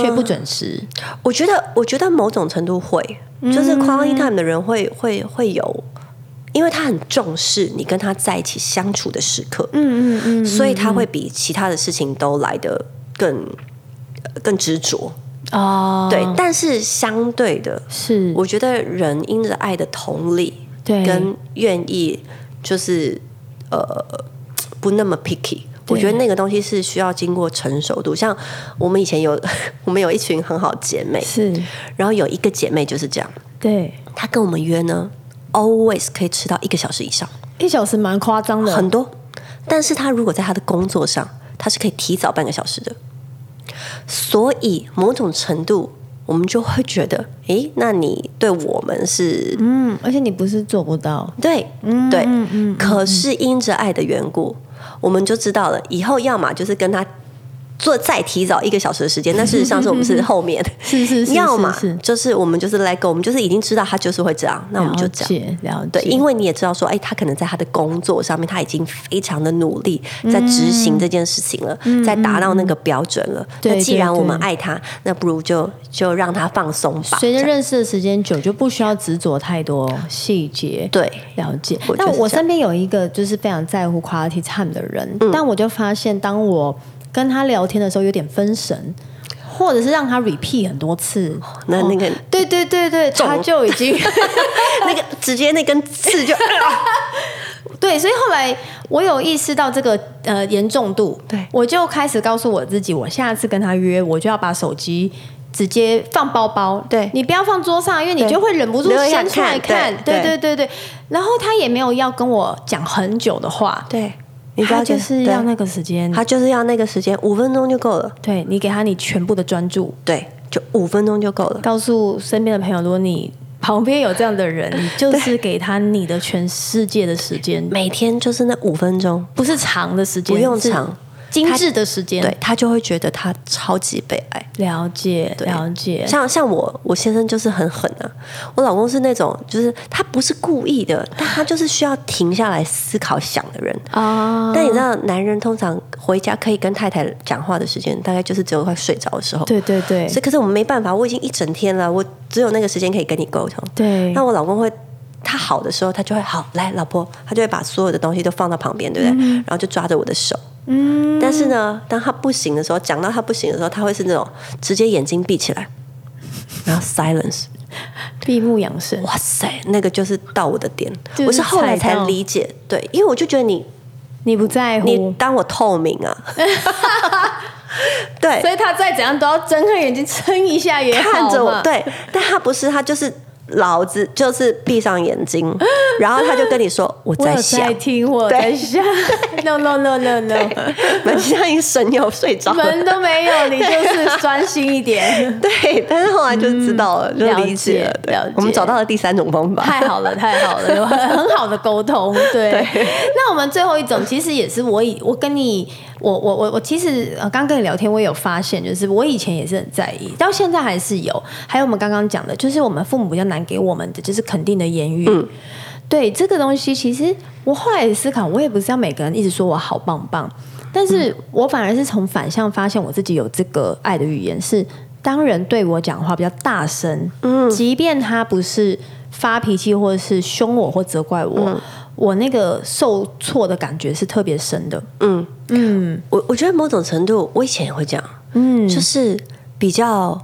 Speaker 1: 却不准时。
Speaker 2: 我觉得，我觉得某种程度会，
Speaker 1: 嗯
Speaker 2: 就是 quality time 的人会会会有，因为他很重视你跟他在一起相处的时刻，
Speaker 1: 嗯嗯嗯，
Speaker 2: 所以他会比其他的事情都来得更呃更执着。
Speaker 1: 哦，
Speaker 2: 对，但是相对的，
Speaker 1: 是，
Speaker 2: 我觉得人因着爱的同理
Speaker 1: 对，
Speaker 2: 跟愿意，就是呃不那么 picky。我觉得那个东西是需要经过成熟度，像我们以前有， 我们有一群很好的姐妹，
Speaker 1: 是，
Speaker 2: 然后有一个姐妹就是这样，
Speaker 1: 对，
Speaker 2: 她跟我们约呢，always 可以迟到一个小时以上，
Speaker 1: 一小时蛮夸张的，
Speaker 2: 很多。但是她如果在她的工作上，她是可以提早半个小时的。所以某种程度，我们就会觉得，诶，那你对我们是
Speaker 1: 嗯，而且你不是做不到，
Speaker 2: 对，
Speaker 1: 嗯
Speaker 2: 对，可是因着爱的缘故，我们就知道了，以后要么就是跟他做再提早一个小时的时间，但事实上是我们是后面，
Speaker 1: 是是是
Speaker 2: 要么
Speaker 1: 是是
Speaker 2: 就是我们就是 let go，我们就是已经知道他就是会这样，那我们就
Speaker 1: 了
Speaker 2: 这样。
Speaker 1: 解了解，
Speaker 2: 对，因为你也知道说，哎，他可能在他的工作上面，他已经非常的努力，
Speaker 1: 嗯
Speaker 2: 在执行这件事情了，在达到那个标准了。
Speaker 1: 对
Speaker 2: 那既然
Speaker 1: 对
Speaker 2: 我们
Speaker 1: 对
Speaker 2: 爱他，那不如就就让他放松吧。
Speaker 1: 随着
Speaker 2: 这样
Speaker 1: 认识的时间久，就不需要执着太多细节。
Speaker 2: 对，
Speaker 1: 了解
Speaker 2: 我，觉得
Speaker 1: 但
Speaker 2: 是
Speaker 1: 我
Speaker 2: 这样嗯
Speaker 1: 身边有一个就是非常在乎 quality time 的人，但我就发现，当我跟他聊天的时候有点分神，或者是让他 repeat 很多次，
Speaker 2: 那那个
Speaker 1: 哦对对对对，他就已经
Speaker 2: 那个直接那根刺就
Speaker 1: 对，所以后来我有意识到这个呃严重度，
Speaker 2: 对
Speaker 1: 我就开始告诉我自己，我下次跟他约，我就要把手机。直接放包包，
Speaker 2: 对
Speaker 1: 你不要放桌上，因为你
Speaker 2: 对
Speaker 1: 就会忍不住
Speaker 2: 留一下
Speaker 1: 伸出来
Speaker 2: 看
Speaker 1: 看。
Speaker 2: 对
Speaker 1: 对对对对，然后他也没有要跟我讲很久的话，
Speaker 2: 对，你不
Speaker 1: 他
Speaker 2: 要觉
Speaker 1: 就
Speaker 2: 得
Speaker 1: 是
Speaker 2: 对啊
Speaker 1: 要那个时间，
Speaker 2: 他就是要那个时间，五分钟就够了。
Speaker 1: 对你给他你全部的专注，
Speaker 2: 对，就五分钟就够了。
Speaker 1: 告诉身边的朋友，如果你旁边有这样的 人，你就是给他你的全世界的时间，
Speaker 2: 每天就是那五分钟，
Speaker 1: 不是长的时间，
Speaker 2: 不用
Speaker 1: 是
Speaker 2: 长，
Speaker 1: 精致的时间，
Speaker 2: 对他就会觉得他超级被爱。
Speaker 1: 了解，
Speaker 2: 对
Speaker 1: 了解，
Speaker 2: 像像我，我先生就是很狠啊。我老公是那种，就是他不是故意的，但他就是需要停下来思考想的人。
Speaker 1: 啊，
Speaker 2: 但你知道，男人通常回家可以跟太太讲话的时间，大概就是只有快睡着的时候。
Speaker 1: 对对对
Speaker 2: 所以，可是我们没办法，我已经一整天了，我只有那个时间可以跟你沟通。
Speaker 1: 对
Speaker 2: 那，我老公会，他好的时候，他就会好来，老婆，他就会把所有的东西都放到旁边，对不对？
Speaker 1: 嗯
Speaker 2: 然后就抓着我的手。嗯。但是呢，当他不行的时候，讲到他不行的时候，他会是那种直接眼睛闭起来，然后 silence。
Speaker 1: 闭目养神，
Speaker 2: 哇塞，那个就是到我的点。
Speaker 1: 就是
Speaker 2: 我是后来才
Speaker 1: 踩到
Speaker 2: 理解，对，因为我就觉得你
Speaker 1: 你不在
Speaker 2: 你
Speaker 1: 乎，
Speaker 2: 当我透明 啊。对，
Speaker 1: 所以他再怎样都要睁开眼睛撑一下也好
Speaker 2: 看着我
Speaker 1: 嘛，
Speaker 2: 对，但他不是，他就是老子就是闭上眼 睛，然后他就跟你说我
Speaker 1: 我
Speaker 2: 在
Speaker 1: 有
Speaker 2: 想
Speaker 1: 在，听，我有
Speaker 2: 对
Speaker 1: 在想 ，no no no no no，
Speaker 2: 蛮像一神游睡着了。
Speaker 1: 门都没有，你就是专心一点，
Speaker 2: 对，但是后来就知道了，就理解嗯了
Speaker 1: 了。解
Speaker 2: 对
Speaker 1: 了解
Speaker 2: 我们找到了第三种方法。
Speaker 1: 太好了，太好了，有很很好的沟通。对，那我们最后一种其实也是我以我跟你，我我我我其实呃刚跟你聊天，我也有发现，就是我以前也是很在意，到现在还是有。还有我们刚刚讲的，就是我们父母比较难给我们的就是肯定的言语。对这个东西，其实我后来也思考，我也不是要每个人一直说我好棒棒，但
Speaker 2: 嗯
Speaker 1: 是我反而是从反向发现我自己有这个爱的语言是。当人对我讲话比较大声，嗯，即便他不是发脾气或者是凶我或责怪我，
Speaker 2: 嗯
Speaker 1: 我那个受挫的感觉是特别深的。
Speaker 2: 嗯
Speaker 1: 嗯
Speaker 2: 我我觉得某种程度，我以前也会这样，嗯，就是比较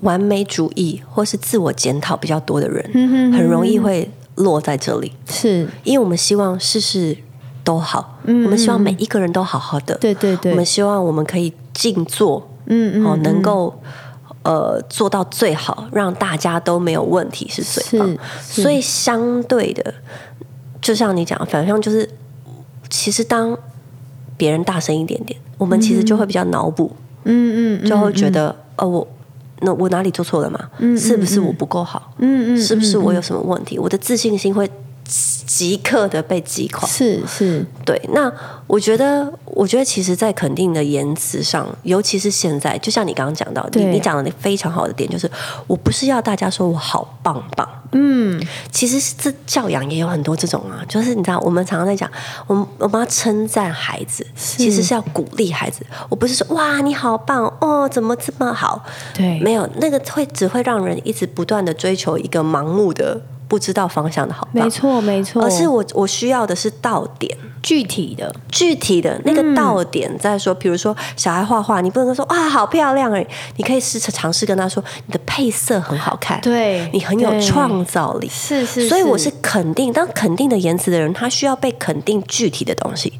Speaker 2: 完美主义或是自我检讨比较多的人，很容易会落在这里，
Speaker 1: 嗯是，
Speaker 2: 因为我们希望事事都好，我们希望每一个人都好好的，
Speaker 1: 对对对
Speaker 2: 我们希望我们可以静坐，
Speaker 1: 嗯
Speaker 2: 哦，能够呃做到最好，让大家都没有问题是最棒。
Speaker 1: 是是
Speaker 2: 所以相对的，就像你讲，反向就是，其实当别人大声一点点，我们其实就会比较脑补，
Speaker 1: 嗯嗯嗯嗯
Speaker 2: 就会觉得呃我。那我哪里做错了嘛？是不是我不够好？
Speaker 1: 嗯嗯，
Speaker 2: 是不是我有什么问题？我的自信心会即刻的被击垮。
Speaker 1: 嗯是是，
Speaker 2: 对，那我觉得，我觉得其实，在肯定的言辞上，尤其是现在，就像你刚刚讲到，你
Speaker 1: 对
Speaker 2: 你讲的非常好的点，就是我不是要大家说我好棒棒，嗯，其实是这教养也有很多这种啊，就是你知道，我们常常在讲，我们我们要称赞孩子，其实是要鼓励孩子，我不是说哇你好棒哦，怎么这么好，
Speaker 1: 对
Speaker 2: 没有那个会只会让人一直不断的追求一个盲目的不知道方向的好棒，
Speaker 1: 没，错没错，
Speaker 2: 而是我我需要的是到点。
Speaker 1: 具体的，
Speaker 2: 具体的那个到点再说，比如说小孩画画，你不能说哇好漂亮哎，你可以试着尝试跟他说你的配色很好看，
Speaker 1: 对
Speaker 2: 你很有
Speaker 1: 对
Speaker 2: 创造力，
Speaker 1: 是是
Speaker 2: 所以我是肯定，当肯定的言辞的人，他需要被肯定具体的东西，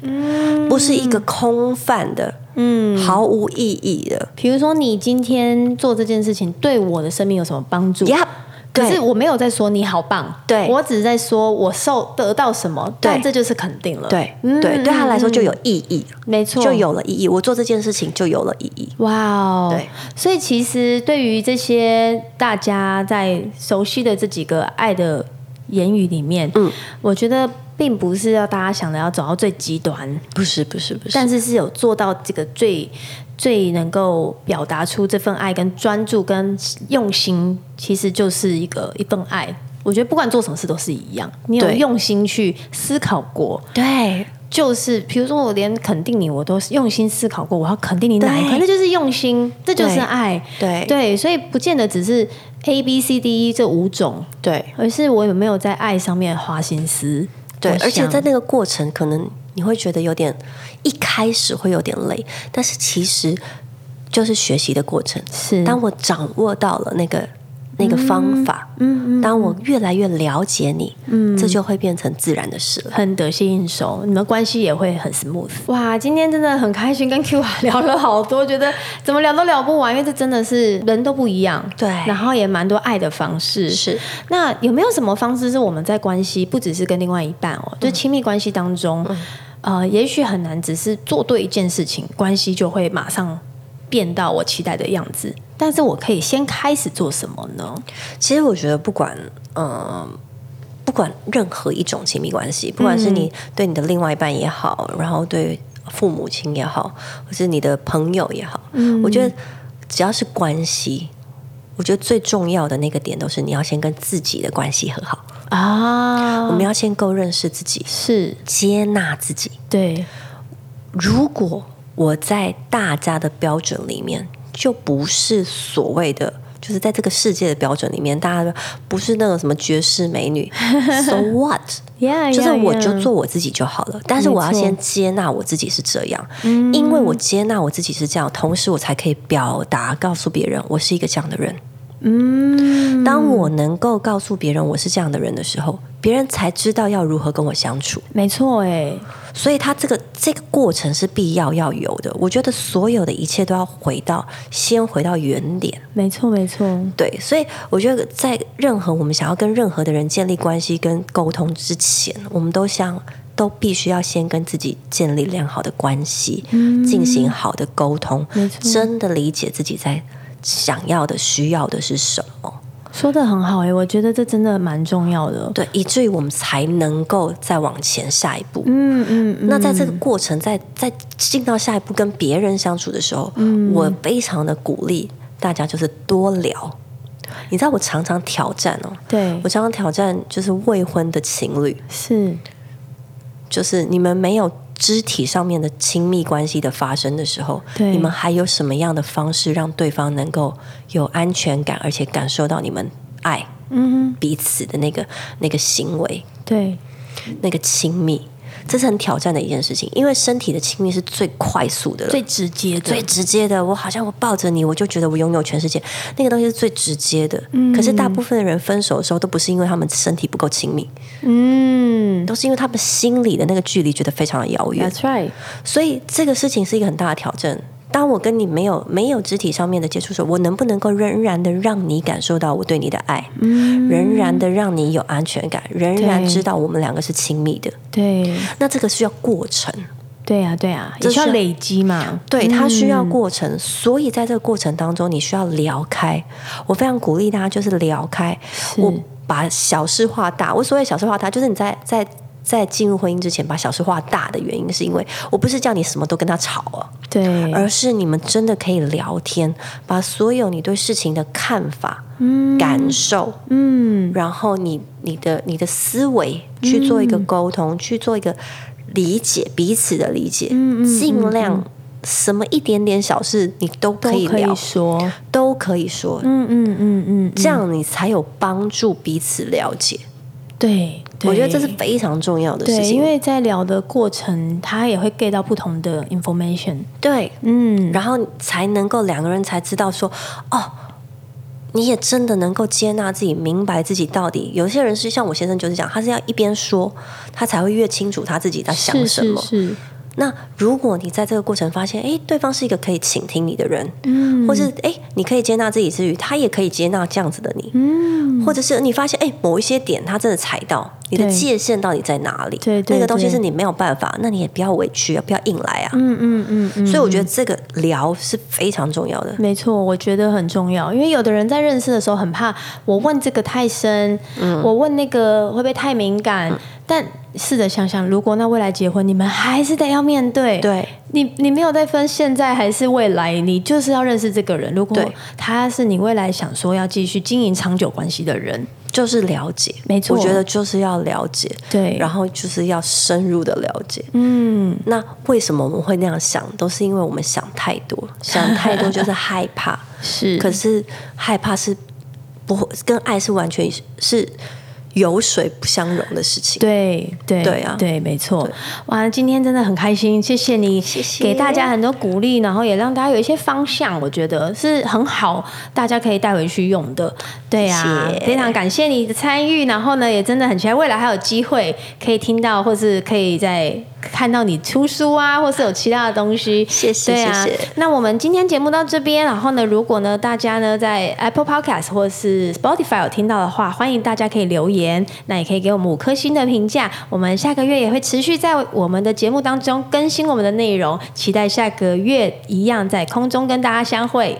Speaker 2: 不是一个空泛的，嗯，毫无意义的
Speaker 1: 比如说你今天做这件事情对我的生命有什么帮助？
Speaker 2: 呀。
Speaker 1: 可是
Speaker 2: 对
Speaker 1: 我没有在说你好棒，
Speaker 2: 对
Speaker 1: 我只是在说我受得到什么，
Speaker 2: 对
Speaker 1: 但这就是肯定了。
Speaker 2: 对
Speaker 1: 嗯
Speaker 2: 对，对他来说就有意义，
Speaker 1: 没错，
Speaker 2: 就有了意义。我做这件事情就有了意义。
Speaker 1: 哇哦，
Speaker 2: 对，
Speaker 1: 所以其实对于这些大家在熟悉的这几个爱的言语里面，嗯，我觉得并不是要大家想的要走到最极端，
Speaker 2: 不是不是不是，
Speaker 1: 但是是有做到这个最最能够表达出这份爱跟专注跟用心，其实就是一个一份爱。我觉得不管做什么事都是一样，你有
Speaker 2: 对
Speaker 1: 用心去思考过，
Speaker 2: 对
Speaker 1: 就是比如说我连肯定你，我都是用心思考过，我要肯定你哪一块，
Speaker 2: 对
Speaker 1: 那就是用心，这就是爱。
Speaker 2: 对
Speaker 1: 对，所以不见得只是 A B C D E 这五种，
Speaker 2: 对，
Speaker 1: 而是我有没有在爱上面花心思。
Speaker 2: 对
Speaker 1: 我，想
Speaker 2: 而且在那个过程，可能你会觉得有点一开始会有点累，但是其实就是学习的过程。
Speaker 1: 是
Speaker 2: 当我掌握到了那个那个方法，嗯，当我越来越了解你，嗯，这就会变成自然的事了。
Speaker 1: 很得心应手，你们关系也会很 smooth。哇，今天真的很开心，跟 Q 啊聊了好多，觉得怎么聊都聊不完，因为这真的是人都不一样，
Speaker 2: 对
Speaker 1: 然后也蛮多爱的方式。
Speaker 2: 是，
Speaker 1: 那有没有什么方式是我们在关系，不只是跟另外一半哦，就亲密关系当中，呃，也许很难只是做对一件事情，关系就会马上变到我期待的样子。但是我可以先开始做什么呢？
Speaker 2: 其实我觉得不管，嗯。不管任何一种亲密关系，不管是你对你的另外一半也好，然后对父母亲也好，或是你的朋友也好，我觉得只要是关系，我觉得最重要的那个点都是你要先跟自己的关系和好，我
Speaker 1: 啊，
Speaker 2: 们要先够认识自己，
Speaker 1: 是
Speaker 2: 接纳自己。
Speaker 1: 对，
Speaker 2: 如果我在大家的标准里面，就不是所谓的，就是在这个世界的标准里面，大家都不是那种什么绝世美 女，so what？
Speaker 1: yeah,
Speaker 2: 就是
Speaker 1: yeah,
Speaker 2: 我
Speaker 1: yeah
Speaker 2: 就做我自己就好了，但是我要
Speaker 1: 哎没错嗯
Speaker 2: 先接纳我自己是这样，因为我接纳我自己是这样，同时我才可以表达告诉别人我是一个这样的人。嗯，当我能够告诉别人我是这样的人的时候，别人才知道要如何跟我相处。
Speaker 1: 没错，哎，
Speaker 2: 所以他这个这个过程是必要要有的。我觉得所有的一切都要回到先回到原点。
Speaker 1: 没错，没错，
Speaker 2: 对，所以我觉得在任何我们想要跟任何的人建立关系跟沟通之前，我们都想都必须要先跟自己建立良好的关系，进行好的沟通
Speaker 1: 嗯没错，
Speaker 2: 真的理解自己在想要的、需要的是什么。
Speaker 1: 说的很好哎、我觉得这真的蛮重要的。
Speaker 2: 对，以至于我们才能够再往前下一步。
Speaker 1: 嗯嗯嗯，
Speaker 2: 那在这个过程，在在进到下一步跟别人相处的时候，
Speaker 1: 嗯
Speaker 2: 我非常的鼓励大家就是多聊。你知道我常常挑战哦，
Speaker 1: 对
Speaker 2: 我，常常挑战就是未婚的情侣，
Speaker 1: 是
Speaker 2: 就是你们没有肢体上面的亲密关系的发生的时候，
Speaker 1: 对
Speaker 2: 你们还有什么样的方式让对方能够有安全感，而且感受到你们爱？嗯，彼此的那个那个行为，
Speaker 1: 对，
Speaker 2: 那个亲密，这是很挑战的一件事情，因为身体的亲密是最快速的了，
Speaker 1: 最直接的
Speaker 2: 最，直接的。我好像我抱着你，我就觉得我拥有全世界，那个东西是最直接的。可是大部分的人分手的时候，都不是因为他们身体不够亲密，
Speaker 1: 嗯
Speaker 2: 都是因为他们心里的那个距离觉得非常的遥远。
Speaker 1: ，That's right，
Speaker 2: 所以这个事情是一个很大的挑战。当我跟你没有没有肢体上面的接触的时候，我能不能够仍然的让你感受到我对你的爱，仍然的让你有安全感，仍然
Speaker 1: 对
Speaker 2: 知道我们两个是亲密的？
Speaker 1: 对，
Speaker 2: 那这个需要过程，
Speaker 1: 对呀、对呀、
Speaker 2: 这
Speaker 1: 也需要
Speaker 2: 是
Speaker 1: 累积嘛，嗯
Speaker 2: 对，它需要过程，所以在这个过程当中，你需要聊开。我非常鼓励大家就是聊开，我把小事化大。我所谓小事化大，就是你在在。在进入婚姻之前，把小事化大的原因，是因为我不是叫你什么都跟他吵啊，
Speaker 1: 对，
Speaker 2: 而是你们真的可以聊天，把所有你对事情的看法、感受，
Speaker 1: 嗯，
Speaker 2: 然后你你的你的思维去做一
Speaker 1: 嗯
Speaker 2: 个沟通，去做一个理解彼此的理解，
Speaker 1: 嗯
Speaker 2: 尽量什么一点点小事你都
Speaker 1: 都
Speaker 2: 可以
Speaker 1: 可
Speaker 2: 聊，
Speaker 1: 以说，
Speaker 2: 都可以说，
Speaker 1: 嗯嗯嗯嗯，
Speaker 2: 这样你才有帮助彼此了解。
Speaker 1: 对，对
Speaker 2: 我觉得这是非常重要的事
Speaker 1: 对，
Speaker 2: 情，
Speaker 1: 因为在聊的过程，他也会 get 到不同的 information，
Speaker 2: 对，
Speaker 1: 嗯，
Speaker 2: 然后才能够两个人才知道说，哦，你也真的能够接纳自己，明白自己到底。有些人是像我先生就是这样，他是要一边说，他才会越清楚他自己在想
Speaker 1: 是
Speaker 2: 什么。
Speaker 1: 是是，
Speaker 2: 那如果你在这个过程发现，诶，对方是一个可以倾听你的人，
Speaker 1: 嗯，
Speaker 2: 或是诶，你可以接纳自己之余，他也可以接纳这样子的你，
Speaker 1: 嗯，
Speaker 2: 或者是你发现，诶，某一些点他真的踩到你的
Speaker 1: 对
Speaker 2: 界限到底在哪里？
Speaker 1: 对对
Speaker 2: 那个东西
Speaker 1: 对
Speaker 2: 是你没有办法，那你也不要委屈啊，不要硬来啊。
Speaker 1: 嗯嗯嗯嗯，
Speaker 2: 所以我觉得这个聊是非常重要的。
Speaker 1: 没错，我觉得很重要，因为有的人在认识的时候很怕，我问这个太深，我问那个会不会太敏感？但试着想想，如果那未来结婚，你们还是得要面对。
Speaker 2: 对
Speaker 1: 你你没有在分现在还是未来，你就是要认识这个人。如果
Speaker 2: 对
Speaker 1: 他是你未来想说要继续经营长久关系的人，
Speaker 2: 就是了解，
Speaker 1: 没错
Speaker 2: 我觉得就是要了解，
Speaker 1: 对
Speaker 2: 然后就是要深入的了解。嗯，那为什么我们会那样想？都是因为我们想太 多，想太多就是害怕，
Speaker 1: 是
Speaker 2: 可是害怕是不会跟爱是完全是油水不相容的事情。
Speaker 1: 对对
Speaker 2: 对啊
Speaker 1: 对，没错。哇，今天真的很开心，谢谢你，
Speaker 2: 谢谢
Speaker 1: 给大家很多鼓励，然后也让大家有一些方向，我觉得是很好，大家可以带回去用的。对啊，
Speaker 2: 谢谢
Speaker 1: 非常感谢你的参与，然后呢，也真的很期待未来还有机会可以听到，或是可以再看到你出书啊，或是有其他的东西。
Speaker 2: 谢谢
Speaker 1: 对啊
Speaker 2: 谢谢
Speaker 1: 那我们今天节目到这边，然后呢，如果呢大家呢在 Apple Podcast 或是 Spotify 有听到的话，欢迎大家可以留言，那也可以给我们五颗星的评价。我们下个月也会持续在我们的节目当中更新我们的内容，期待下个月一样在空中跟大家相会。